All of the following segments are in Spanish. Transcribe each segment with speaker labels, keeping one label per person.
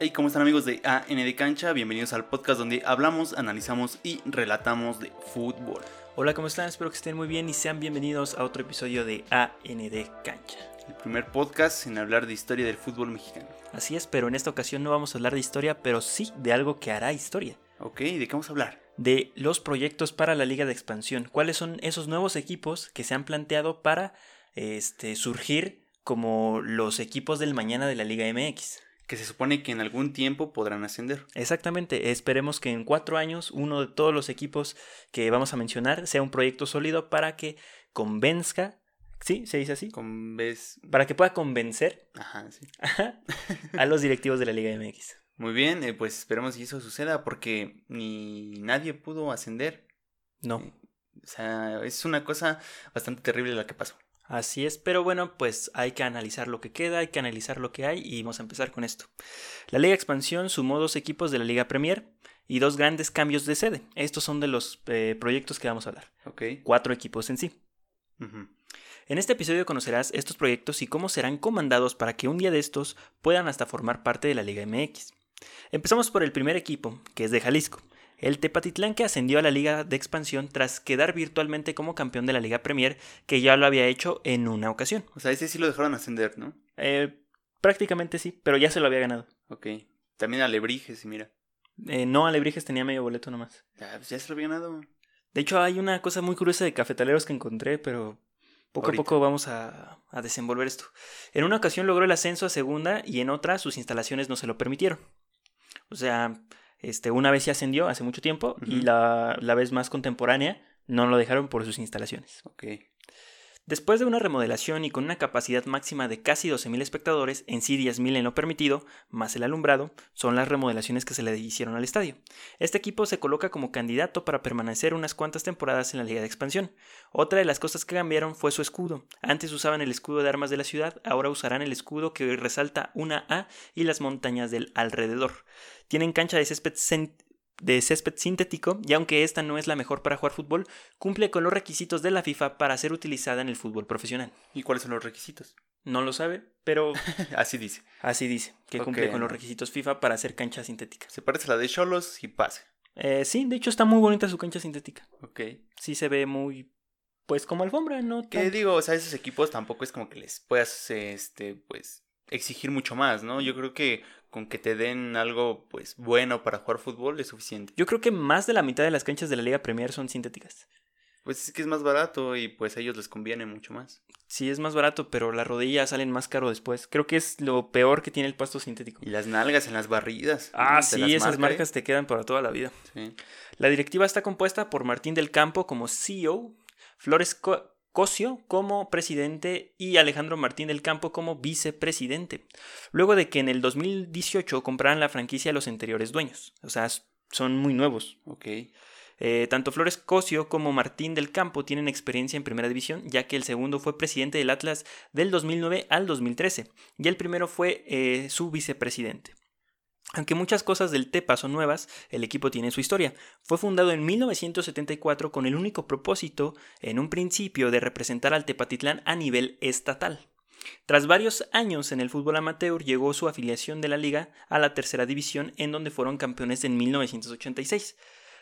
Speaker 1: Hey, ¿cómo están amigos de AN de Cancha? Bienvenidos al podcast donde hablamos, analizamos y relatamos de fútbol.
Speaker 2: Hola, ¿cómo están? Espero que estén muy bien y sean bienvenidos a otro episodio de AND Cancha.
Speaker 1: El primer podcast en hablar de historia del fútbol mexicano.
Speaker 2: Así es, pero en esta ocasión no vamos a hablar de historia, pero sí de algo que hará historia.
Speaker 1: Ok, ¿de qué vamos a hablar?
Speaker 2: De los proyectos para la Liga de Expansión. ¿Cuáles son esos nuevos equipos que se han planteado para este, surgir como los equipos del mañana de la Liga MX?
Speaker 1: que se supone que en algún tiempo podrán ascender.
Speaker 2: Exactamente, esperemos que en cuatro años uno de todos los equipos que vamos a mencionar sea un proyecto sólido para que convenzca, ¿sí? ¿Se dice así?
Speaker 1: Con vez...
Speaker 2: Para que pueda convencer
Speaker 1: Ajá, sí.
Speaker 2: a los directivos de la Liga MX.
Speaker 1: Muy bien, eh, pues esperemos que eso suceda porque ni nadie pudo ascender.
Speaker 2: No,
Speaker 1: O sea, es una cosa bastante terrible la que pasó.
Speaker 2: así es, pero bueno, pues hay que analizar lo que queda, hay que analizar lo que hay y vamos a empezar con esto. La Liga Expansión sumó dos equipos de la Liga Premier y dos grandes cambios de sede. Estos son de los eh, proyectos que vamos a hablar.
Speaker 1: Ok.
Speaker 2: Cuatro equipos en sí.
Speaker 1: Ujú.
Speaker 2: En este episodio conocerás estos proyectos y cómo serán comandados para que un día de estos puedan hasta formar parte de la Liga MX. Empezamos por el primer equipo, que es de Jalisco, el Tepatitlán que ascendió a la Liga de Expansión tras quedar virtualmente como campeón de la Liga Premier, que ya lo había hecho en una ocasión.
Speaker 1: O sea, ese sí lo dejaron ascender, ¿no?
Speaker 2: Eh, prácticamente sí, pero ya se lo había ganado.
Speaker 1: Ok. También a Lebrijes, y mira.
Speaker 2: Eh, no, Alebrijes tenía medio boleto nomás.
Speaker 1: Ya, pues ya se lo había ganado.
Speaker 2: De hecho, hay una cosa muy curiosa de cafetaleros que encontré, pero poco
Speaker 1: Ahorita.
Speaker 2: a poco vamos a, a desenvolver esto. En una ocasión logró el ascenso a segunda y en otra sus instalaciones no se lo permitieron. O sea, este, una vez se ascendió hace mucho tiempo y
Speaker 1: Ujú.
Speaker 2: la, la vez más contemporánea no lo dejaron por sus instalaciones.
Speaker 1: Ok.
Speaker 2: Después de una remodelación y con una capacidad máxima de casi 12.000 espectadores, en sí 10.000 en lo permitido, más el alumbrado, son las remodelaciones que se le hicieron al estadio. Este equipo se coloca como candidato para permanecer unas cuantas temporadas en la Liga de Expansión. Otra de las cosas que cambiaron fue su escudo. Antes usaban el escudo de armas de la ciudad, ahora usarán el escudo que resalta una A y las montañas del alrededor. Tienen cancha de césped cen- de césped sintético y aunque esta no es la mejor para jugar fútbol, cumple con los requisitos de la FIFA para ser utilizada en el fútbol profesional.
Speaker 1: ¿Y cuáles son los requisitos?
Speaker 2: No lo sabe, pero
Speaker 1: Así dice.
Speaker 2: así dice, que cumple
Speaker 1: Ok.
Speaker 2: con los requisitos FIFA para hacer cancha sintética.
Speaker 1: Se parece a la de Cholos y pase.
Speaker 2: Eh, sí, de hecho está muy bonita su cancha sintética.
Speaker 1: Ok.
Speaker 2: Sí se ve muy, pues como alfombra, ¿no?
Speaker 1: Que
Speaker 2: tan-
Speaker 1: digo, o sea, esos equipos tampoco es como que les puedas, este, pues, exigir mucho más, ¿no? Yo creo que con que te den algo, pues, bueno para jugar fútbol es suficiente.
Speaker 2: Yo creo que más de la mitad de las canchas de la Liga Premier son sintéticas.
Speaker 1: Pues es que es más barato y pues a ellos les conviene mucho más.
Speaker 2: Sí, es más barato, pero las rodillas salen más caro después. Creo que es lo peor que tiene el pasto sintético.
Speaker 1: Y las nalgas en las barridas.
Speaker 2: Ah,
Speaker 1: ¿no? Te
Speaker 2: sí,
Speaker 1: las
Speaker 2: esas
Speaker 1: marca, ¿eh?
Speaker 2: marcas te quedan para toda la vida.
Speaker 1: Sí.
Speaker 2: La directiva está compuesta por Martín del Campo como CEO, Flores Co- Cosio como presidente y Alejandro Martín del Campo como vicepresidente. Luego de que en el 2018 compraran la franquicia a los anteriores dueños. O sea, s- son muy nuevos.
Speaker 1: Ok.
Speaker 2: Eh, tanto Flores Cosio como Martín del Campo tienen experiencia en primera división, ya que el segundo fue presidente del Atlas del 2009 al 2013 y el primero fue eh, su vicepresidente. Aunque muchas cosas del Tepa son nuevas, el equipo tiene su historia. Fue fundado en 1974 con el único propósito, en un principio, de representar al Tepatitlán a nivel estatal. Tras varios años en el fútbol amateur llegó su afiliación de la liga a la tercera división en donde fueron campeones en 1986.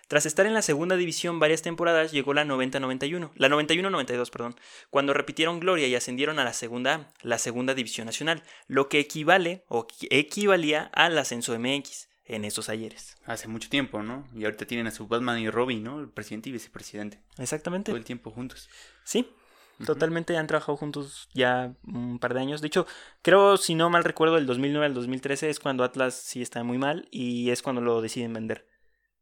Speaker 2: Tras estar en la segunda división varias temporadas llegó la 90-91, la 91-92, perdón, cuando repitieron gloria y ascendieron a la segunda A, la segunda división nacional, lo que equivale o equi- equivalía al ascenso MX en esos ayeres.
Speaker 1: Hace mucho tiempo, ¿no? Y ahorita tienen a su Batman y Robin, ¿no? El presidente y vicepresidente.
Speaker 2: Exactamente.
Speaker 1: Todo el tiempo juntos.
Speaker 2: Pues, Sí,
Speaker 1: Ujú.
Speaker 2: totalmente han trabajado juntos ya un par de años. De hecho, creo, si no mal recuerdo, del 2009 al 2013 es cuando Atlas sí está muy mal y es cuando lo deciden vender.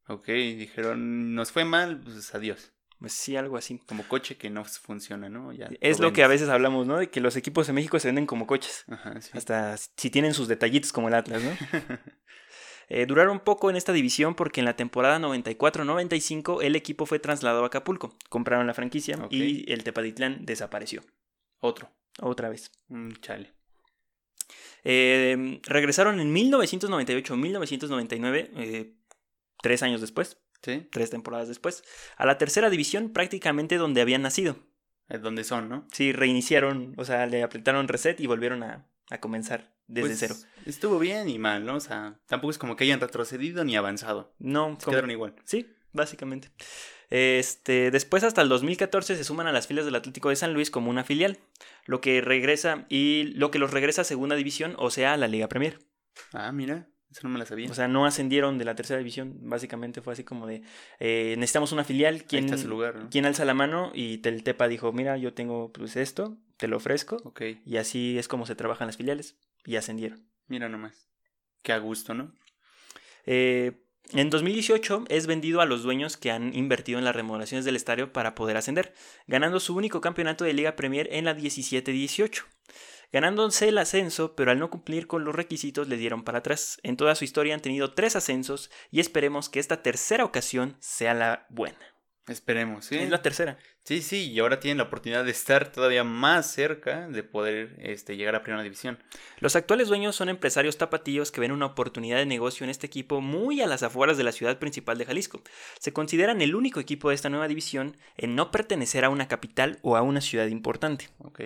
Speaker 1: Ok, dijeron, nos fue mal, pues adiós.
Speaker 2: Pues sí, algo así.
Speaker 1: Como coche que no funciona, ¿no? Ya,
Speaker 2: Es lo que a
Speaker 1: vendes.
Speaker 2: veces hablamos, ¿no? De que los equipos de México se venden como coches.
Speaker 1: Ajá, sí.
Speaker 2: Hasta si tienen sus detallitos como el Atlas, ¿no? Eh, duraron poco en esta división porque en la temporada 94-95 el equipo fue trasladado a Acapulco. Compraron la franquicia
Speaker 1: Ok.
Speaker 2: y el Tepatitlán desapareció.
Speaker 1: Otro.
Speaker 2: Otra vez.
Speaker 1: Mm, chale.
Speaker 2: Eh, regresaron en 1998-1999, eh, tres años después,
Speaker 1: ¿Sí?
Speaker 2: tres temporadas después, a la tercera división prácticamente donde habían nacido.
Speaker 1: Es Eh, donde son, ¿no?
Speaker 2: Sí, reiniciaron, o sea, le apretaron reset y volvieron a, a comenzar desde
Speaker 1: Pues,
Speaker 2: cero.
Speaker 1: Estuvo bien y mal, ¿no? O sea, tampoco es como que hayan retrocedido ni avanzado.
Speaker 2: No,
Speaker 1: Se
Speaker 2: como-
Speaker 1: quedaron igual.
Speaker 2: Sí, básicamente. Este, después hasta el 2014 se suman a las filas del Atlético de San Luis como una filial, lo que regresa y lo que los regresa a segunda división, o sea, a la Liga Premier.
Speaker 1: Ah, mira, eso no me la sabía.
Speaker 2: O sea, no ascendieron de la tercera división, básicamente fue así como de eh, necesitamos una filial,
Speaker 1: Ahí
Speaker 2: ¿quién,
Speaker 1: está su lugar, ¿no?
Speaker 2: quién alza la mano? Y Teltepa dijo, mira, yo tengo pues esto, te lo ofrezco,
Speaker 1: Ok,
Speaker 2: y así es como se trabajan las filiales, y ascendieron.
Speaker 1: mira nomás. Qué a gusto, ¿no?
Speaker 2: Eh, en 2018 es vendido a los dueños que han invertido en las remodelaciones del estadio para poder ascender, ganando su único campeonato de Liga Premier en la 17-18. Ganándose el ascenso, pero al no cumplir con los requisitos le dieron para atrás. En toda su historia han tenido tres ascensos y esperemos que esta tercera ocasión sea la buena.
Speaker 1: Esperemos, ¿sí?
Speaker 2: Es la tercera.
Speaker 1: Sí, sí, y ahora tienen la oportunidad de estar todavía más cerca de poder este, llegar a Primera División.
Speaker 2: Los actuales dueños son empresarios tapatíos que ven una oportunidad de negocio en este equipo muy a las afueras de la ciudad principal de Jalisco. Se consideran el único equipo de esta nueva división en no pertenecer a una capital o a una ciudad importante.
Speaker 1: Ok,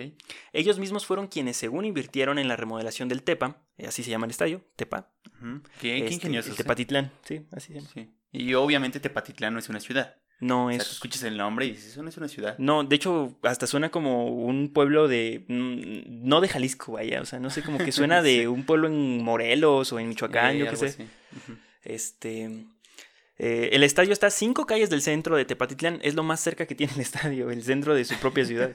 Speaker 2: Ellos mismos fueron quienes, según invirtieron en la remodelación del Tepa, eh, así se llama el estadio, Tepa.
Speaker 1: ujú. Eh, qué, qué
Speaker 2: este,
Speaker 1: ingenioso.
Speaker 2: El
Speaker 1: ¿sí?
Speaker 2: Tepatitlán, sí, así se llama.
Speaker 1: Sí. Y obviamente Tepatitlán no es una ciudad.
Speaker 2: No
Speaker 1: O sea,
Speaker 2: es.
Speaker 1: tú escuchas el nombre y dices, eso no es una ciudad.
Speaker 2: No, de hecho, hasta suena como un pueblo de. mm, No de Jalisco, vaya. O sea, no sé, como que suena de
Speaker 1: Sí.
Speaker 2: un pueblo en Morelos o en Michoacán,
Speaker 1: Eh,
Speaker 2: yo qué
Speaker 1: algo
Speaker 2: sé.
Speaker 1: así. Ujú.
Speaker 2: Este. eh, el estadio está a cinco calles del centro de Tepatitlán, es lo más cerca que tiene el estadio, el centro de su propia ciudad.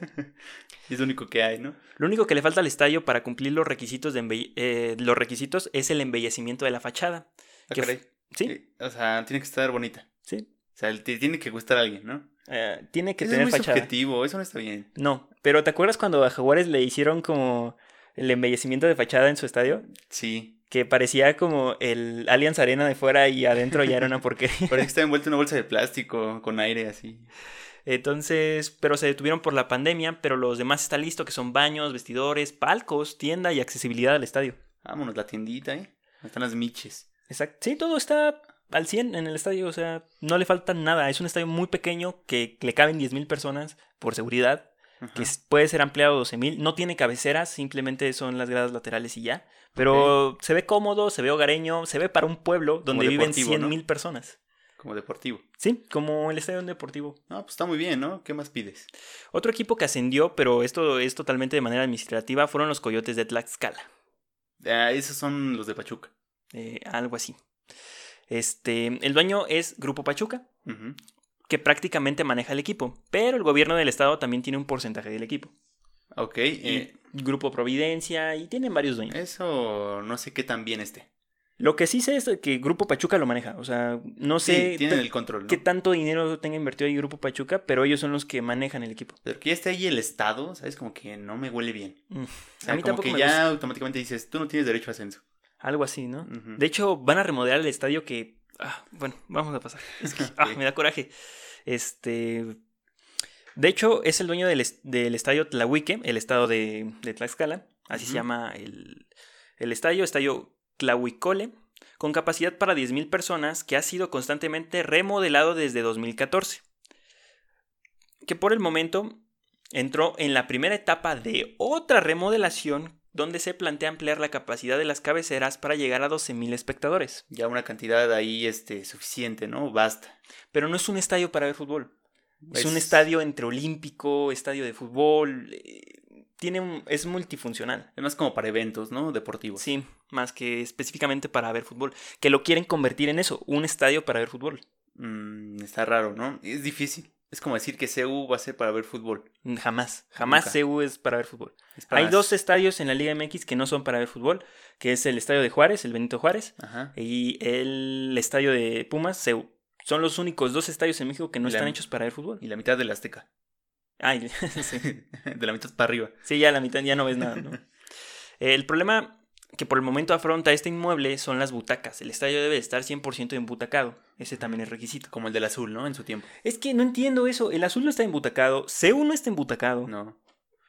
Speaker 1: Es lo único que hay, ¿no?
Speaker 2: Lo único que le falta al estadio para cumplir los requisitos, de embelle- eh, los requisitos es el embellecimiento de la fachada.
Speaker 1: Ah,
Speaker 2: Que
Speaker 1: caray.
Speaker 2: ¿Sí?
Speaker 1: Eh, O sea, tiene que estar bonita.
Speaker 2: Sí.
Speaker 1: O sea, te tiene que gustar a alguien, ¿no?
Speaker 2: Eh, tiene que
Speaker 1: Eso
Speaker 2: tener
Speaker 1: es muy
Speaker 2: fachada.
Speaker 1: subjetivo, eso no está bien.
Speaker 2: No, pero ¿te acuerdas cuando a Jaguares le hicieron como el embellecimiento de fachada en su estadio?
Speaker 1: Sí.
Speaker 2: Que parecía como el Allianz Arena de fuera y adentro ya era una porquería.
Speaker 1: Parece que está envuelto en una bolsa de plástico con aire así.
Speaker 2: Entonces, pero se detuvieron por la pandemia, pero los demás está listo, que son baños, vestidores, palcos, tienda y accesibilidad al estadio.
Speaker 1: Vámonos, la tiendita, ¿eh? Ahí Están las miches.
Speaker 2: Exacto. Sí, todo está al 100 en el estadio, o sea, no le falta nada. Es un estadio muy pequeño que le caben 10.000 personas por seguridad,
Speaker 1: Ajá.
Speaker 2: que s- puede ser ampliado a 12.000. No tiene cabeceras, simplemente son las gradas laterales y ya. Pero se ve cómodo, se ve hogareño, se ve para un pueblo donde viven
Speaker 1: deportivo, ¿no?
Speaker 2: 100.000 personas.
Speaker 1: Como deportivo.
Speaker 2: Sí, como el estadio deportivo.
Speaker 1: No, pues está muy bien, ¿no? ¿Qué más pides?
Speaker 2: Otro equipo que ascendió, pero esto es totalmente de manera administrativa, fueron los Coyotes de Tlaxcala.
Speaker 1: Ah, esos son los de Pachuca.
Speaker 2: eh, algo así. Este, el dueño es Grupo Pachuca,
Speaker 1: Ujú.
Speaker 2: que prácticamente maneja el equipo, pero el gobierno del estado también tiene un porcentaje del equipo.
Speaker 1: Ok,
Speaker 2: Y
Speaker 1: eh,
Speaker 2: Grupo Providencia y tienen varios dueños.
Speaker 1: eso no sé qué tan bien esté.
Speaker 2: Lo que sí sé es que Grupo Pachuca lo maneja, o sea, no sé
Speaker 1: Sí, tienen
Speaker 2: ta-
Speaker 1: el control, ¿no?
Speaker 2: qué tanto dinero tenga invertido ahí Grupo Pachuca, pero ellos son los que manejan el equipo.
Speaker 1: Pero que ya esté ahí el Estado, ¿sabes? Como que no me huele bien.
Speaker 2: Mm.
Speaker 1: O sea,
Speaker 2: a mí
Speaker 1: como
Speaker 2: tampoco
Speaker 1: que
Speaker 2: me
Speaker 1: ya
Speaker 2: gusta.
Speaker 1: automáticamente dices, tú no tienes derecho a ascenso.
Speaker 2: Algo así, ¿no?
Speaker 1: Ujú.
Speaker 2: De hecho, van a remodelar el estadio que. ah, bueno, vamos a pasar. Es que, ah,
Speaker 1: Ok.
Speaker 2: me da coraje. Este. De hecho, es el dueño del, es- del estadio Tlahuique, el estado de, de Tlaxcala. Así se
Speaker 1: Ujú.
Speaker 2: llama el, el estadio, estadio Tlahuicole, con capacidad para 10.000 personas, que ha sido constantemente remodelado desde 2014. Que por el momento entró en la primera etapa de otra remodelación donde se plantea ampliar la capacidad de las cabeceras para llegar a 12.000 espectadores.
Speaker 1: Ya una cantidad ahí este, suficiente, ¿no? Basta.
Speaker 2: Pero no es un estadio para ver fútbol. Es un
Speaker 1: Es-
Speaker 2: estadio entre olímpico, estadio de fútbol. eh, Tiene un- es multifuncional.
Speaker 1: Es más como para eventos, ¿no? Deportivos.
Speaker 2: Sí, más que específicamente para ver fútbol. Que lo quieren convertir en eso, un estadio para ver fútbol.
Speaker 1: Mm, está raro, ¿no? Es difícil. Es como decir que CU va a ser para ver fútbol.
Speaker 2: Jamás, jamás
Speaker 1: Nunca.
Speaker 2: CU es para ver fútbol.
Speaker 1: Es para-
Speaker 2: Hay dos estadios en la Liga MX que no son para ver fútbol, que es el estadio de Juárez, el Benito Juárez,
Speaker 1: Ajá.
Speaker 2: y el estadio de Pumas, CEU. Son los únicos dos estadios en México que no
Speaker 1: La-
Speaker 2: están hechos para el fútbol.
Speaker 1: Y la mitad del Azteca.
Speaker 2: Ay, sí.
Speaker 1: de la mitad para arriba.
Speaker 2: Sí, ya la mitad ya no ves nada, ¿no? El problema que por el momento afronta este inmueble son las butacas. El estadio debe de estar 100% embutacado. Ese también es requisito.
Speaker 1: Como el del azul, ¿no? En su tiempo.
Speaker 2: Es que no entiendo eso. El azul no está embutacado. CEU no está embutacado.
Speaker 1: No.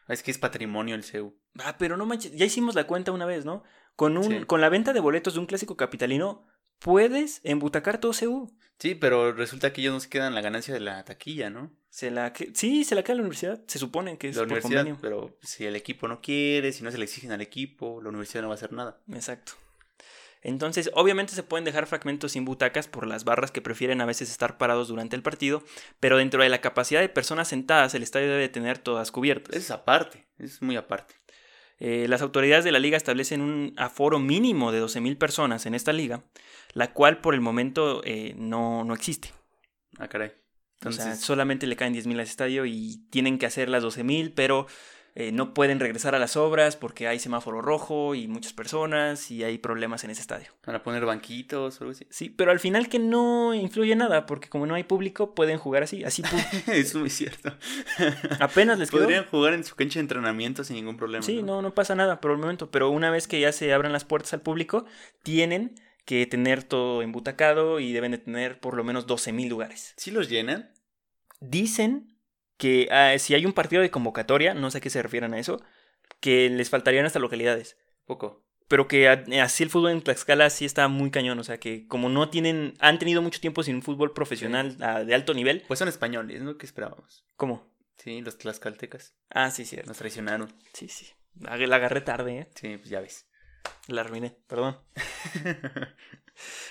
Speaker 1: Es que es patrimonio el CU.
Speaker 2: Ah, pero no manches. Ya hicimos la cuenta una vez, ¿no? Con, un,
Speaker 1: Sí.
Speaker 2: con la venta de boletos de un clásico capitalino puedes embutacar todo CU.
Speaker 1: Sí, pero resulta que ellos no se quedan la ganancia de la taquilla, ¿no?
Speaker 2: Se la que- sí, se la queda la universidad, se supone que es
Speaker 1: la
Speaker 2: por
Speaker 1: universidad,
Speaker 2: convenio.
Speaker 1: pero si el equipo no quiere, si no se le exigen al equipo, la universidad no va a hacer nada.
Speaker 2: Exacto. Entonces, obviamente se pueden dejar fragmentos sin butacas por las barras que prefieren a veces estar parados durante el partido, pero dentro de la capacidad de personas sentadas, el estadio debe tener todas cubiertas.
Speaker 1: Eso es aparte, es muy aparte.
Speaker 2: Eh, las autoridades de la liga establecen un aforo mínimo de 12.000 personas en esta liga, la cual por el momento eh, no, no existe.
Speaker 1: Ah, caray. Entonces,
Speaker 2: o sea, solamente le caen 10.000 al estadio y tienen que hacer las 12.000, pero eh, no pueden regresar a las obras porque hay semáforo rojo y muchas personas y hay problemas en ese estadio.
Speaker 1: van a poner banquitos o algo así.
Speaker 2: Sí, pero al final que no influye nada porque como no hay público pueden jugar así, así pu-
Speaker 1: Eso es muy cierto.
Speaker 2: apenas les quedó.
Speaker 1: Podrían jugar en su cancha de entrenamiento sin ningún problema.
Speaker 2: Sí, no, no pasa nada por el momento, pero una vez que ya se abran las puertas al público, tienen que tener todo embutacado y deben de tener por lo menos 12.000 lugares.
Speaker 1: ¿Sí los llenan?
Speaker 2: Dicen que ah, si hay un partido de convocatoria, no sé a qué se refieren a eso, que les faltarían hasta localidades,
Speaker 1: Poco.
Speaker 2: pero que a- así el fútbol en Tlaxcala sí está muy cañón, o sea que como no tienen, han tenido mucho tiempo sin un fútbol profesional ah, de alto nivel,
Speaker 1: Pues son españoles, ¿no? ¿Qué esperábamos?
Speaker 2: ¿cómo?
Speaker 1: Sí, los tlaxcaltecas.
Speaker 2: Ah, sí, cierto.
Speaker 1: Nos traicionaron.
Speaker 2: Sí, sí. Ag- La agarré tarde, ¿eh?
Speaker 1: Sí, pues ya ves.
Speaker 2: La arruiné, perdón.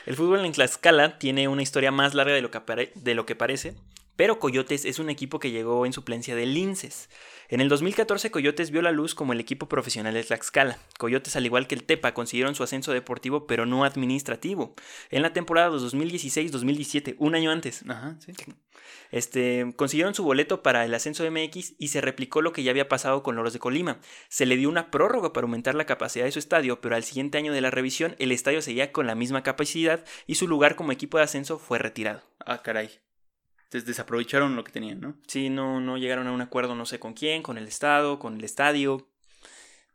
Speaker 2: El fútbol en Tlaxcala tiene una historia más larga de lo, que apare- de lo que parece, pero Coyotes es un equipo que llegó en suplencia de Linces. En el 2014 Coyotes vio la luz como el equipo profesional de Tlaxcala. Coyotes, al igual que el Tepa, consiguieron su ascenso deportivo pero no administrativo. En la temporada 2016-2017, un año antes,
Speaker 1: Ajá, sí.
Speaker 2: este, consiguieron su boleto para el ascenso MX y se replicó lo que ya había pasado con Loros de Colima. Se le dio una prórroga para aumentar la capacidad de su estadio, pero al siguiente año de la revisión el estadio seguía con la misma capacidad y su lugar como equipo de ascenso fue retirado.
Speaker 1: Ah, caray. Entonces desaprovecharon lo que tenían, ¿no?
Speaker 2: Sí, no, no llegaron a un acuerdo no sé con quién, con el Estado, con el estadio.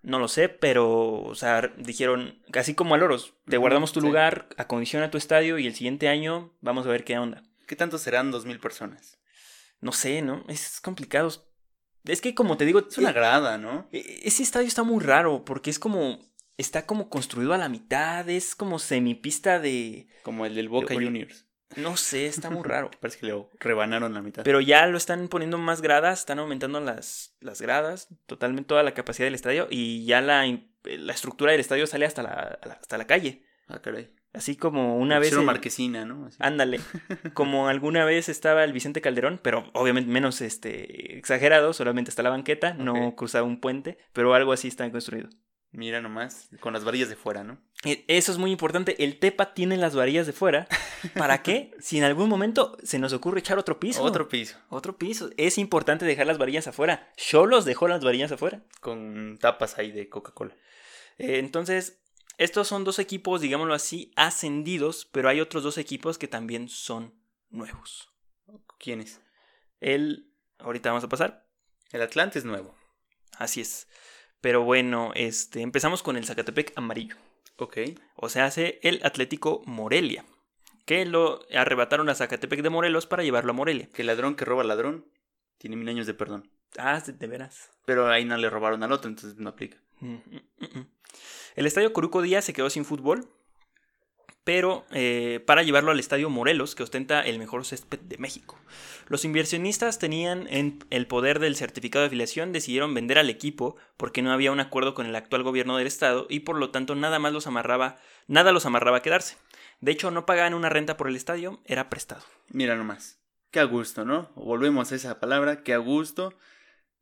Speaker 2: No lo sé, pero, o sea, dijeron, así como a Loros, te
Speaker 1: Ujú,
Speaker 2: guardamos tu
Speaker 1: sí.
Speaker 2: lugar, acondiciona tu estadio y el siguiente año vamos a ver qué onda.
Speaker 1: ¿Qué tanto serán dos mil personas?
Speaker 2: No sé, ¿no? Es complicado. Es que como te digo,
Speaker 1: Es una grada, ¿no?
Speaker 2: E- Ese estadio está muy raro porque es como. Está como construido a la mitad, es como semipista de.
Speaker 1: Como el del Boca
Speaker 2: Yo-
Speaker 1: Juniors.
Speaker 2: No sé, está muy raro.
Speaker 1: Parece que le rebanaron la mitad.
Speaker 2: Pero ya lo están poniendo más gradas, están aumentando las, las gradas, totalmente toda la capacidad del estadio y ya la, in- la estructura del estadio sale hasta la, a la- hasta la calle.
Speaker 1: ah, caray.
Speaker 2: Así como una
Speaker 1: Una
Speaker 2: vez.
Speaker 1: vez. Hicieron
Speaker 2: el- Ah.
Speaker 1: marquesina, ¿no? Así.
Speaker 2: Ándale, como alguna vez estaba el Vicente Calderón, pero obviamente menos este exagerado, solamente hasta la banqueta, no
Speaker 1: Ok.
Speaker 2: cruzaba un puente, pero algo así está construido.
Speaker 1: Mira nomás, con las varillas de fuera, ¿no?
Speaker 2: Eh, Eso es muy importante. El Tepa tiene las varillas de fuera. ¿Para qué? Si en algún momento se nos ocurre echar otro piso.
Speaker 1: Otro piso.
Speaker 2: Otro piso. Es importante dejar las varillas afuera. Cholos dejó las varillas afuera.
Speaker 1: Con tapas ahí de Coca-Cola.
Speaker 2: Eh, entonces, estos son dos equipos, digámoslo así, ascendidos, pero hay otros dos equipos que también son nuevos.
Speaker 1: ¿Quién es?
Speaker 2: El. Ahorita vamos a pasar.
Speaker 1: El Atlante es nuevo.
Speaker 2: Así es. Pero bueno, este, empezamos con el Zacatepec amarillo.
Speaker 1: Ok.
Speaker 2: o sea, hace el Atlético Morelia, que lo arrebataron a Zacatepec de Morelos para llevarlo a Morelia.
Speaker 1: Que ladrón que roba ladrón tiene mil años de perdón.
Speaker 2: Ah, de, de veras.
Speaker 1: Pero ahí no le robaron al otro, entonces no aplica.
Speaker 2: Mm, mm, mm. El estadio Coruco Díaz se quedó sin fútbol, pero eh, para llevarlo al estadio Morelos, que ostenta el mejor césped de México. Los inversionistas tenían en el poder del certificado de afiliación, decidieron vender al equipo porque no había un acuerdo con el actual gobierno del estado y por lo tanto nada más los amarraba, nada los amarraba a quedarse. De hecho, no pagaban una renta por el estadio, era prestado.
Speaker 1: Mira nomás. Qué a gusto, ¿no? Volvemos a esa palabra, qué a gusto.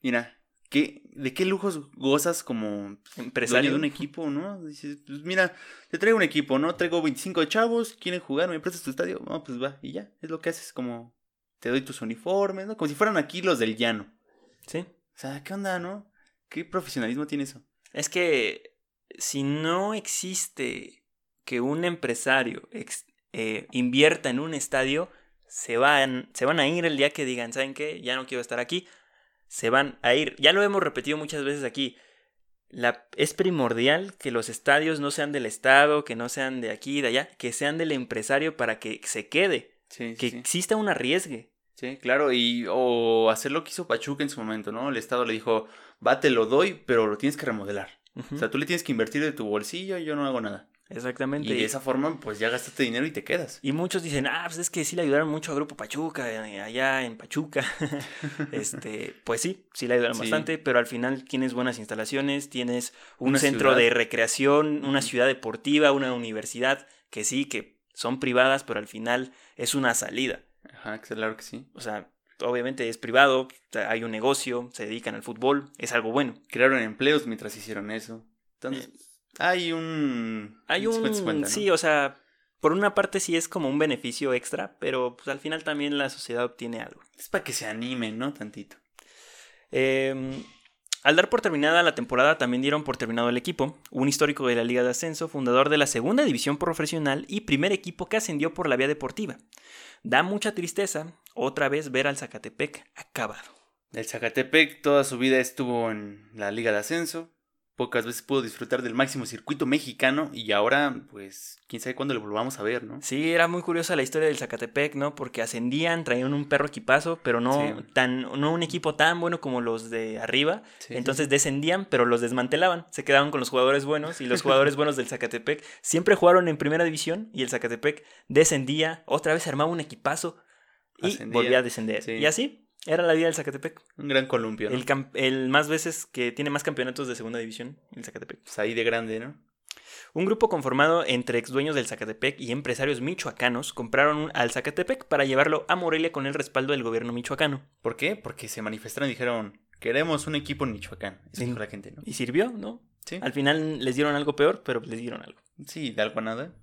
Speaker 1: Mira, ¿qué, ¿de qué lujos gozas como
Speaker 2: Empresario.
Speaker 1: dueño de un equipo, ¿no? Dices, pues mira, te traigo un equipo, ¿no? Traigo 25 chavos, quieren jugar, me prestas tu estadio, no, pues va, y ya, es lo que haces, como te doy tus uniformes, ¿no? Como si fueran aquí los del llano.
Speaker 2: Sí.
Speaker 1: O sea, ¿qué onda, no? ¿Qué profesionalismo tiene eso?
Speaker 2: Es que si no existe que un empresario ex- eh, invierta en un estadio, se van, se van a ir el día que digan, ¿saben qué? Ya no quiero estar aquí. Se van a ir. Ya lo hemos repetido muchas veces aquí. La, es primordial que los estadios no sean del Estado, que no sean de aquí y de allá, que sean del empresario para que se quede,
Speaker 1: Sí,
Speaker 2: que exista un arriesgue.
Speaker 1: Sí, claro, y o hacer lo que hizo Pachuca en su momento, ¿no? El Estado le dijo, va, te lo doy, pero lo tienes que remodelar. O sea, tú le tienes que invertir de tu bolsillo, yo no hago nada.
Speaker 2: Exactamente.
Speaker 1: Y de esa forma, pues ya gastaste dinero y te quedas.
Speaker 2: Y muchos dicen, ah, pues es que sí le ayudaron mucho a Grupo Pachuca, eh, allá en Pachuca. este, pues sí, sí le ayudaron
Speaker 1: Sí.
Speaker 2: bastante, pero al final tienes buenas instalaciones, tienes un
Speaker 1: Una
Speaker 2: centro
Speaker 1: ciudad.
Speaker 2: de recreación, una
Speaker 1: Ujú.
Speaker 2: ciudad deportiva, una universidad, que sí, que son privadas, pero al final es una salida.
Speaker 1: Ajá, claro que sí.
Speaker 2: O sea, obviamente es privado, o sea, hay un negocio, se dedican al fútbol, es algo bueno.
Speaker 1: Crearon empleos mientras hicieron eso. Entonces, hay un.
Speaker 2: Hay un...
Speaker 1: 50-50, ¿no?
Speaker 2: Sí, o sea, por una parte sí es como un beneficio extra, pero pues al final también la sociedad obtiene algo.
Speaker 1: Es para que se animen, ¿no? Tantito.
Speaker 2: Eh, al dar por terminada la temporada, también dieron por terminado el equipo, un histórico de la Liga de Ascenso, fundador de la segunda división profesional y primer equipo que ascendió por la vía deportiva. Da mucha tristeza otra vez ver al Zacatepec acabado.
Speaker 1: El Zacatepec toda su vida estuvo en la Liga de Ascenso. Pocas veces pudo disfrutar del máximo circuito mexicano. Y ahora, pues, quién sabe cuándo lo volvamos a ver, ¿no?
Speaker 2: Sí, era muy curiosa la historia del Zacatepec, ¿no? Porque ascendían, traían un perro equipazo, pero no,
Speaker 1: Sí.
Speaker 2: tan, no un equipo tan bueno como los de arriba.
Speaker 1: Sí,
Speaker 2: Entonces descendían, pero los desmantelaban. Se quedaban con los jugadores buenos y los jugadores buenos del Zacatepec siempre jugaron en primera división y el Zacatepec descendía, otra vez armaba un equipazo y
Speaker 1: Ascendía,
Speaker 2: volvía a descender.
Speaker 1: sí.
Speaker 2: Y así era la vida del Zacatepec.
Speaker 1: un gran columpio. ¿no?
Speaker 2: El, cam- el más veces que tiene más campeonatos de segunda división, el Zacatepec.
Speaker 1: Pues ahí de grande, ¿no?
Speaker 2: Un grupo conformado entre exdueños del Zacatepec y empresarios michoacanos compraron un- al Zacatepec para llevarlo a Morelia con el respaldo del gobierno michoacano.
Speaker 1: ¿Por qué? Porque se manifestaron y dijeron: Queremos un equipo en Michoacán. Eso
Speaker 2: Sí.
Speaker 1: dijo la gente, ¿no?
Speaker 2: Y sirvió, ¿no?
Speaker 1: Sí.
Speaker 2: Al final les dieron algo peor, pero les dieron algo.
Speaker 1: Sí, de algo a nada.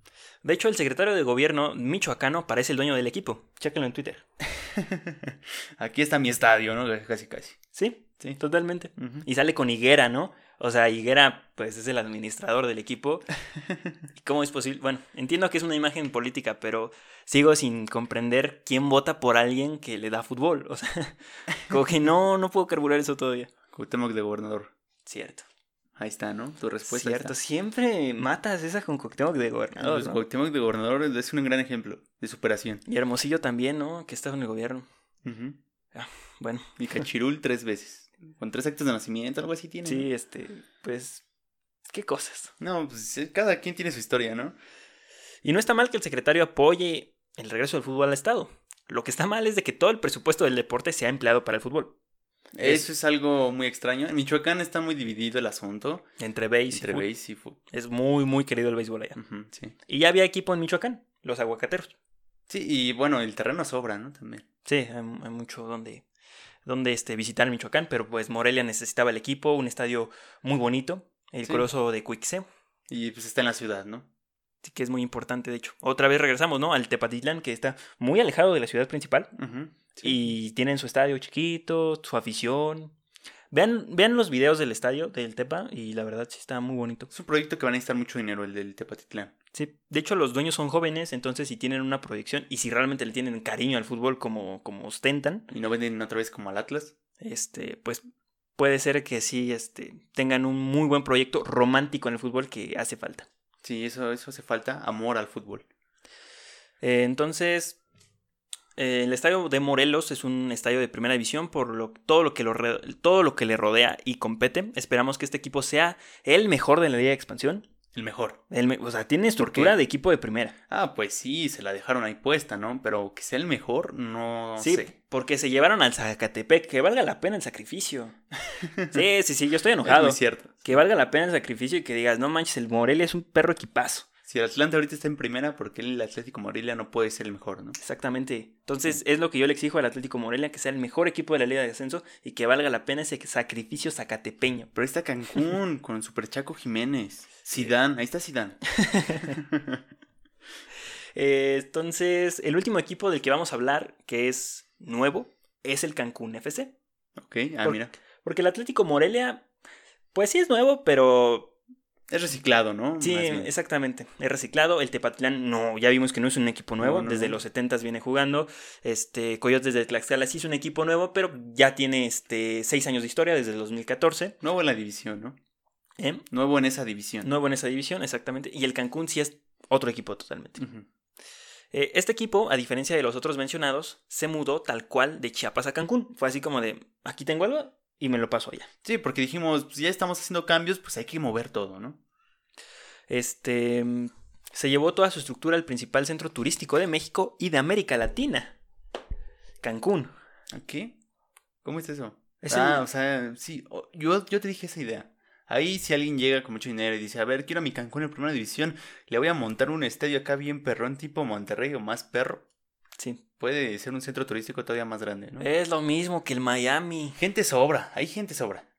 Speaker 2: De hecho, el secretario de gobierno michoacano parece el dueño del equipo. Chéquenlo en Twitter.
Speaker 1: Aquí está mi estadio, ¿no? Casi, casi.
Speaker 2: ¿Sí?
Speaker 1: Sí.
Speaker 2: Totalmente.
Speaker 1: Ujú.
Speaker 2: Y sale con Higuera, ¿no? O sea, Higuera, pues es el administrador del equipo. ¿Y ¿Cómo es posible? Bueno, entiendo que es una imagen política, pero sigo sin comprender quién vota por alguien que le da fútbol. O sea, como que no, no puedo carburar eso todavía.
Speaker 1: Cuauhtémoc de gobernador.
Speaker 2: Cierto.
Speaker 1: Ahí está, ¿no? Tu respuesta. ahí
Speaker 2: Cierto.
Speaker 1: está.
Speaker 2: Siempre matas esa con Cuauhtémoc de gobernador.
Speaker 1: Pues
Speaker 2: ¿no?
Speaker 1: Cuauhtémoc de gobernador es un gran ejemplo de superación.
Speaker 2: Y Hermosillo también, ¿no? Que está en el gobierno.
Speaker 1: Ujú.
Speaker 2: Bueno,
Speaker 1: Y Cachirul tres veces. Con tres actos de nacimiento, algo así tiene.
Speaker 2: sí, este, pues, qué cosas.
Speaker 1: ¿no? No, pues eh, cada quien tiene su historia, ¿no?
Speaker 2: Y no está mal que el secretario apoye el regreso del fútbol al Estado. Lo que está mal es de que todo el presupuesto del deporte sea empleado para el fútbol. Es-
Speaker 1: Eso es algo muy extraño. En Michoacán está muy dividido el asunto.
Speaker 2: Entre béis y
Speaker 1: Entre
Speaker 2: fútbol.
Speaker 1: béis y fútbol.
Speaker 2: Es muy, muy querido el béisbol allá.
Speaker 1: Ujú, sí.
Speaker 2: Y ya había equipo en Michoacán, los aguacateros.
Speaker 1: sí, y bueno, el terreno sobra, ¿no? También.
Speaker 2: Sí, hay, hay mucho donde, donde este, visitar Michoacán, pero pues Morelia necesitaba el equipo, un estadio muy bonito, el
Speaker 1: Sí.
Speaker 2: coloso de Cuixeo,
Speaker 1: Y pues está en la ciudad, ¿no?
Speaker 2: que es muy importante de hecho. Otra vez regresamos, ¿no? Al Tepatitlán, que está muy alejado de la ciudad principal.
Speaker 1: Ujú, sí.
Speaker 2: Y tienen su estadio chiquito, su afición. Vean, vean los videos del estadio del Tepa y la verdad sí está muy bonito.
Speaker 1: Es un proyecto que va a necesitar mucho dinero, el del Tepatitlán.
Speaker 2: Sí, de hecho los dueños son jóvenes, entonces si tienen una proyección y si realmente le tienen cariño al fútbol como, como ostentan,
Speaker 1: Y no venden otra vez como al Atlas.
Speaker 2: este, pues puede ser que sí este, tengan un muy buen proyecto romántico en el fútbol que hace falta.
Speaker 1: Sí, eso, eso hace falta, amor al fútbol.
Speaker 2: Eh, entonces, eh, el estadio de Morelos es un estadio de primera división por lo- todo, lo que lo re- todo lo que le rodea y compete. Esperamos que este equipo sea el mejor de la Liga de Expansión.
Speaker 1: El mejor.
Speaker 2: El me- o sea, tiene estructura
Speaker 1: qué?
Speaker 2: de equipo de primera.
Speaker 1: Ah, pues sí, se la dejaron ahí puesta, ¿no? Pero que sea el mejor, no
Speaker 2: sí,
Speaker 1: sé.
Speaker 2: porque se llevaron al Zacatepec. Que valga la pena el sacrificio. sí, sí, sí, yo estoy
Speaker 1: Es
Speaker 2: enojado.
Speaker 1: muy cierto.
Speaker 2: Que valga la pena el sacrificio y que digas, no manches, el Morelia es un perro equipazo.
Speaker 1: Si el Atlante ahorita está en primera, porque el Atlético Morelia no puede ser el mejor, ¿no?
Speaker 2: Exactamente. Entonces es lo que yo le exijo al Atlético Morelia, que sea el mejor equipo de la Liga de Ascenso y que valga la pena ese sacrificio zacatepeño.
Speaker 1: Pero ahí está Cancún con Super Chaco Jiménez. Sidán, ahí está Sidán.
Speaker 2: Eh, entonces, el último equipo del que vamos a hablar, que es nuevo, es el Cancún FC.
Speaker 1: Ok, ah,
Speaker 2: Por-
Speaker 1: mira.
Speaker 2: Porque el Atlético Morelia, pues sí es nuevo, pero
Speaker 1: Es reciclado, ¿no?
Speaker 2: sí,
Speaker 1: Mm, Más bien.
Speaker 2: exactamente, es reciclado. El Tepatitlán, no, ya vimos que no es un equipo nuevo,
Speaker 1: No, no,
Speaker 2: desde
Speaker 1: no.
Speaker 2: los 70 viene jugando. Este, Coyotes de Tlaxcala sí es un equipo nuevo, pero ya tiene este, seis años de historia, desde el 2014.
Speaker 1: Nuevo en la división, ¿no?
Speaker 2: ¿eh?
Speaker 1: Nuevo en esa división.
Speaker 2: Nuevo en esa división, exactamente. Y el Cancún sí es otro equipo totalmente.
Speaker 1: Ujú.
Speaker 2: Eh, este equipo, a diferencia de los otros mencionados, se mudó tal cual de Chiapas a Cancún. Fue así como de, aquí tengo algo y me lo paso allá.
Speaker 1: Sí, porque dijimos, pues, ya estamos haciendo cambios, pues hay que mover todo, ¿no?
Speaker 2: Este se llevó toda su estructura al principal centro turístico de México y de América Latina, Cancún.
Speaker 1: ¿A ¿Qué? ¿Cómo es eso?
Speaker 2: Es
Speaker 1: ah,
Speaker 2: el-
Speaker 1: o sea, sí, o- yo, yo te dije esa idea. Ahí si alguien llega con mucho dinero y dice, a ver, quiero a mi Cancún en primera división, le voy a montar un estadio acá bien perrón tipo Monterrey o más perro,
Speaker 2: Sí.
Speaker 1: puede ser un centro turístico todavía más grande, ¿no?
Speaker 2: Es lo mismo que el Miami.
Speaker 1: Gente sobra, hay gente sobra.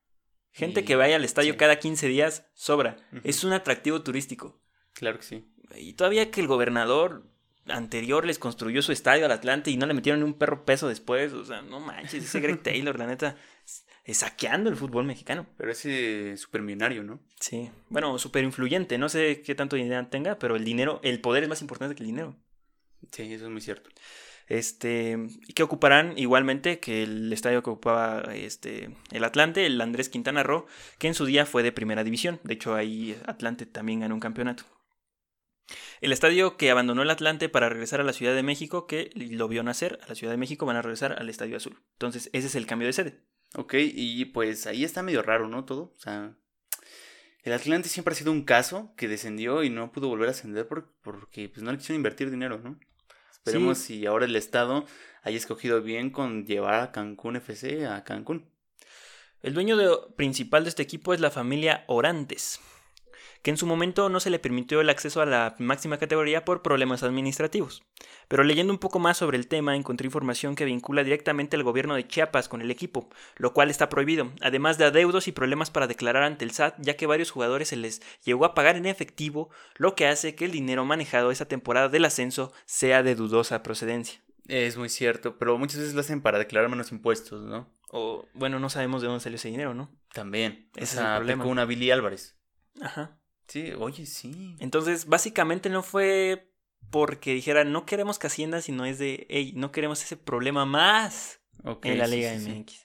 Speaker 2: Gente
Speaker 1: Y-
Speaker 2: que vaya al estadio
Speaker 1: sí.
Speaker 2: cada 15 días sobra.
Speaker 1: Ujú.
Speaker 2: Es un atractivo turístico.
Speaker 1: Claro que sí.
Speaker 2: Y todavía que el gobernador anterior les construyó su estadio al Atlante y no le metieron ni un perro peso después. O sea, no manches, ese Greg Taylor, la neta, es- es saqueando el fútbol mexicano.
Speaker 1: Pero ese supermillonario, ¿no?
Speaker 2: Sí. Bueno, súper influyente. No sé qué tanto dinero tenga, pero el dinero, el poder es más importante que el dinero.
Speaker 1: Sí, eso es muy cierto.
Speaker 2: Este, y que ocuparán igualmente que el estadio que ocupaba este, el Atlante, el Andrés Quintana Roo, que en su día fue de primera división. De hecho, ahí Atlante también ganó un campeonato. El estadio que abandonó el Atlante para regresar a la Ciudad de México, que lo vio nacer a la Ciudad de México, van a regresar al Estadio Azul. Entonces, ese es el cambio de sede.
Speaker 1: Ok, y pues ahí está medio raro, ¿no? Todo. O sea, el Atlante siempre ha sido un caso que descendió y no pudo volver a ascender por- porque pues, no le quisieron invertir dinero, ¿no? Esperemos si ahora el Estado haya escogido bien con llevar a Cancún FC a Cancún.
Speaker 2: El dueño de- principal de este equipo es la familia Orantes, que en su momento no se le permitió el acceso a la máxima categoría por problemas administrativos. Pero leyendo un poco más sobre el tema encontré información que vincula directamente al gobierno de Chiapas con el equipo, lo cual está prohibido, además de adeudos y problemas para declarar ante el SAT, ya que varios jugadores se les llegó a pagar en efectivo, lo que hace que el dinero manejado esa temporada del ascenso sea de dudosa procedencia.
Speaker 1: Es muy cierto, pero muchas veces lo hacen para declarar menos impuestos, ¿no?
Speaker 2: O bueno, no sabemos de dónde salió ese dinero, ¿no?
Speaker 1: También.
Speaker 2: Ese es
Speaker 1: o sea,
Speaker 2: el problema.
Speaker 1: aplicó una Billy Álvarez.
Speaker 2: Ajá.
Speaker 1: Sí, oye, sí.
Speaker 2: Entonces, básicamente no fue porque dijera, no queremos que Hacienda, sino es de, hey, no queremos ese problema más
Speaker 1: Ok,
Speaker 2: en la
Speaker 1: sí,
Speaker 2: Liga
Speaker 1: sí, sí.
Speaker 2: MX. Sí.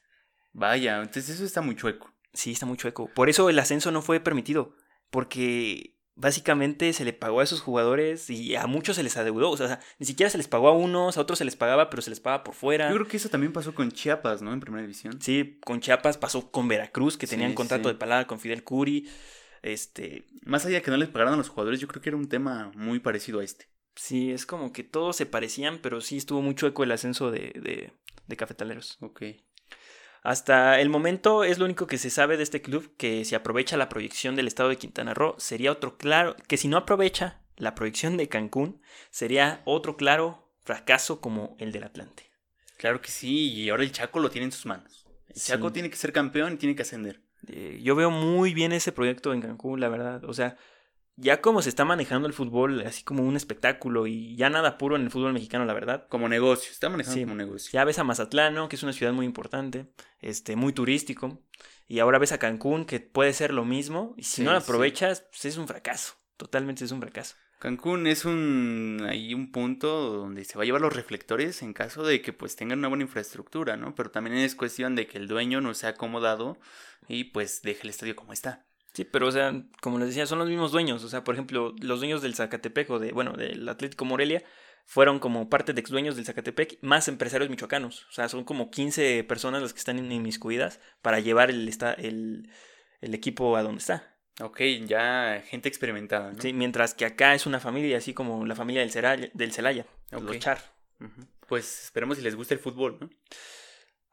Speaker 1: Vaya, entonces eso está muy chueco.
Speaker 2: está muy chueco. Por eso el ascenso no fue permitido, porque básicamente se le pagó a esos jugadores y a muchos se les adeudó. O sea, ni siquiera se les pagó a unos, a otros se les pagaba, pero se les pagaba por fuera.
Speaker 1: Yo creo que eso también pasó con Chiapas, ¿no? En primera división.
Speaker 2: Sí, con Chiapas pasó con Veracruz, que tenían
Speaker 1: Sí,
Speaker 2: contrato
Speaker 1: sí.
Speaker 2: de palabra con Fidel Curi. Este,
Speaker 1: eh, Más allá de que no les pagaran a los jugadores, yo creo que era un tema muy parecido a este.
Speaker 2: sí, es como que todos se parecían, pero sí estuvo muy chueco el ascenso de- de- de cafetaleros.
Speaker 1: Ok.
Speaker 2: Hasta el momento es lo único que se sabe de este club que si aprovecha la proyección del estado de Quintana Roo sería otro claro que si no aprovecha la proyección de Cancún sería otro claro fracaso como el del Atlante.
Speaker 1: Claro que sí, y ahora el Chaco lo tiene en sus manos. El
Speaker 2: Sí.
Speaker 1: Chaco tiene que ser campeón y tiene que ascender.
Speaker 2: Eh, yo veo muy bien ese proyecto en Cancún, la verdad. O sea, ya como se está manejando el fútbol así como un espectáculo y ya nada puro en el fútbol mexicano, la verdad.
Speaker 1: Como negocio, está manejando
Speaker 2: Sí.
Speaker 1: como negocio.
Speaker 2: Ya ves a Mazatlán, ¿no? que es una ciudad muy importante, este, muy turístico. Y ahora ves a Cancún, que puede ser lo mismo. Y si
Speaker 1: Sí,
Speaker 2: no la
Speaker 1: sí.
Speaker 2: aprovechas, pues es un fracaso. Totalmente es un fracaso.
Speaker 1: Cancún es un ahí un punto donde se va a llevar los reflectores en caso de que pues tengan una buena infraestructura, ¿no? Pero también es cuestión de que el dueño no sea acomodado y pues deje el estadio como está.
Speaker 2: Sí, pero o sea, como les decía, son los mismos dueños. O sea, por ejemplo, los dueños del Zacatepec o de, bueno, del Atlético Morelia fueron como parte de ex dueños del Zacatepec, más empresarios michoacanos. O sea, son como 15 personas las que están inmiscuidas para llevar el, esta- el, el equipo a donde está.
Speaker 1: Ok, ya gente experimentada, ¿no?
Speaker 2: Sí, mientras que acá es una familia, así como la familia del Celaya, del Celaya
Speaker 1: Ok.
Speaker 2: los Char.
Speaker 1: Ujú. Pues esperemos si les gusta el fútbol, ¿no?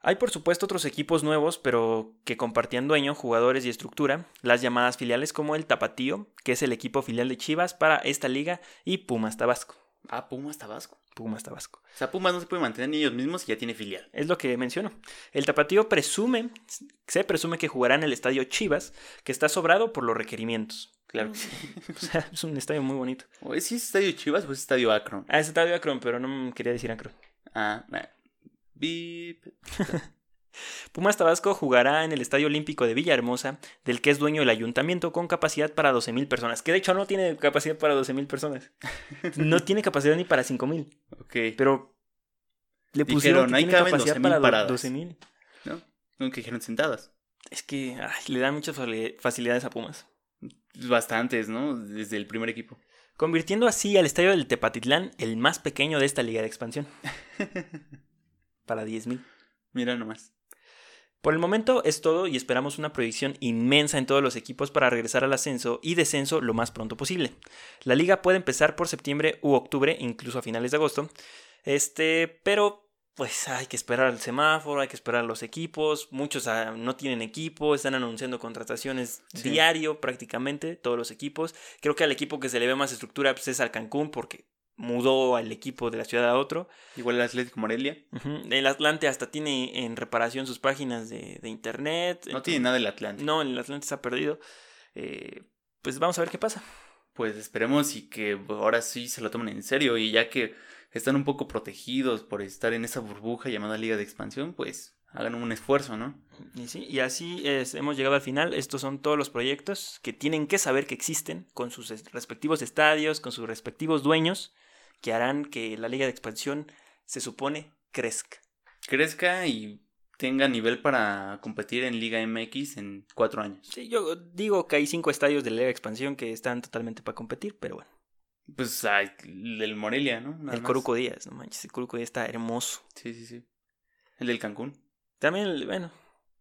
Speaker 2: Hay por supuesto otros equipos nuevos, pero que compartían dueño, jugadores y estructura, las llamadas filiales como el Tapatío, que es el equipo filial de Chivas para esta liga, y Pumas Tabasco.
Speaker 1: Ah, Pumas Tabasco.
Speaker 2: Pumas Tabasco.
Speaker 1: O sea, Pumas no se puede mantener ni ellos mismos y ya tiene filial.
Speaker 2: Es lo que menciono. El Tapatío presume, se presume que jugará en el estadio Chivas, que está sobrado por los requerimientos.
Speaker 1: Claro que sí.
Speaker 2: O sea, es un estadio muy bonito.
Speaker 1: O es, si es estadio Chivas o es estadio Akron.
Speaker 2: Ah, es estadio Acron, pero no me quería decir Acron.
Speaker 1: Ah, ah, bip.
Speaker 2: Pumas Tabasco jugará en el Estadio Olímpico de Villahermosa, del que es dueño el ayuntamiento, con capacidad para 12.000 personas. Que de hecho no tiene capacidad para 12.000 personas. No tiene capacidad ni para 5.000.
Speaker 1: Ok.
Speaker 2: Pero le
Speaker 1: Dijeron,
Speaker 2: pusieron que
Speaker 1: "Ahí
Speaker 2: tiene
Speaker 1: caben
Speaker 2: capacidad
Speaker 1: 12,000
Speaker 2: para
Speaker 1: paradas".
Speaker 2: 12.000.
Speaker 1: ¿No? Nunca dijeron sentadas.
Speaker 2: Es que ay, le dan muchas fali- facilidades a Pumas.
Speaker 1: Bastantes, ¿no? Desde el primer equipo.
Speaker 2: Convirtiendo así al Estadio del Tepatitlán el más pequeño de esta liga de expansión. Para 10.000.
Speaker 1: Mira nomás.
Speaker 2: Por el momento es todo y esperamos una proyección inmensa en todos los equipos para regresar al ascenso y descenso lo más pronto posible. La liga puede empezar por septiembre u octubre, incluso a finales de agosto. Este, pero pues hay que esperar el semáforo, hay que esperar los equipos, muchos ah, no tienen equipo, están anunciando contrataciones
Speaker 1: Sí.
Speaker 2: diario prácticamente, todos los equipos. Creo que al equipo que se le ve más estructura pues, es al Cancún porque mudó al equipo de la ciudad a otro.
Speaker 1: Igual el Atlético Morelia.
Speaker 2: Ujú, El Atlante hasta tiene en reparación sus páginas de, de internet.
Speaker 1: No tiene nada el Atlántico.
Speaker 2: No, el Atlante está perdido. Eh, pues vamos a ver qué pasa.
Speaker 1: Pues esperemos y que ahora sí se lo tomen en serio y ya que están un poco protegidos por estar en esa burbuja llamada Liga de Expansión, pues hagan un esfuerzo, ¿no?
Speaker 2: Y, sí, y así es, hemos llegado al final. Estos son todos los proyectos que tienen que saber que existen con sus es- respectivos estadios, con sus respectivos dueños, que harán que la liga de expansión se supone crezca.
Speaker 1: Crezca y tenga nivel para competir en Liga MX en cuatro años.
Speaker 2: Sí, yo digo que hay cinco estadios de la liga de expansión que están totalmente para competir, pero bueno.
Speaker 1: Pues ay, el Morelia, ¿no? Nada más.
Speaker 2: el Coruco Díaz, no manches, el Coruco Díaz está hermoso.
Speaker 1: Sí, sí, sí. El del Cancún.
Speaker 2: También, el- bueno,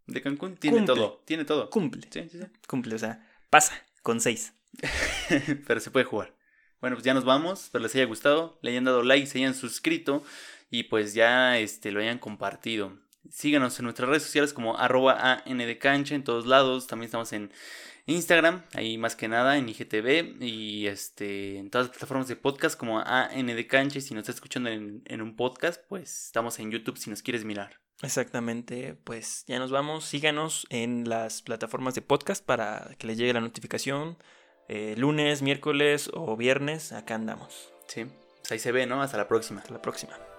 Speaker 1: De Cancún tiene
Speaker 2: Cumple.
Speaker 1: todo, tiene todo.
Speaker 2: cumple.
Speaker 1: Sí, sí, sí.
Speaker 2: Cumple, o sea, pasa con seis.
Speaker 1: pero se puede jugar. Bueno, pues ya nos vamos. Espero les haya gustado, le hayan dado like, se hayan suscrito y pues ya este, lo hayan compartido. Síganos en nuestras redes sociales como arroba cancha en todos lados. También estamos en Instagram, ahí más que nada, en IGTV y este, en todas las plataformas de podcast como cancha Y si nos está escuchando en, en un podcast, pues estamos en YouTube si nos quieres mirar.
Speaker 2: Exactamente, pues ya nos vamos. Síganos en las plataformas de podcast para que les llegue la notificación eh, lunes, miércoles o viernes. Acá andamos.
Speaker 1: Sí, pues ahí se ve, ¿no? Hasta la próxima.
Speaker 2: Hasta la próxima.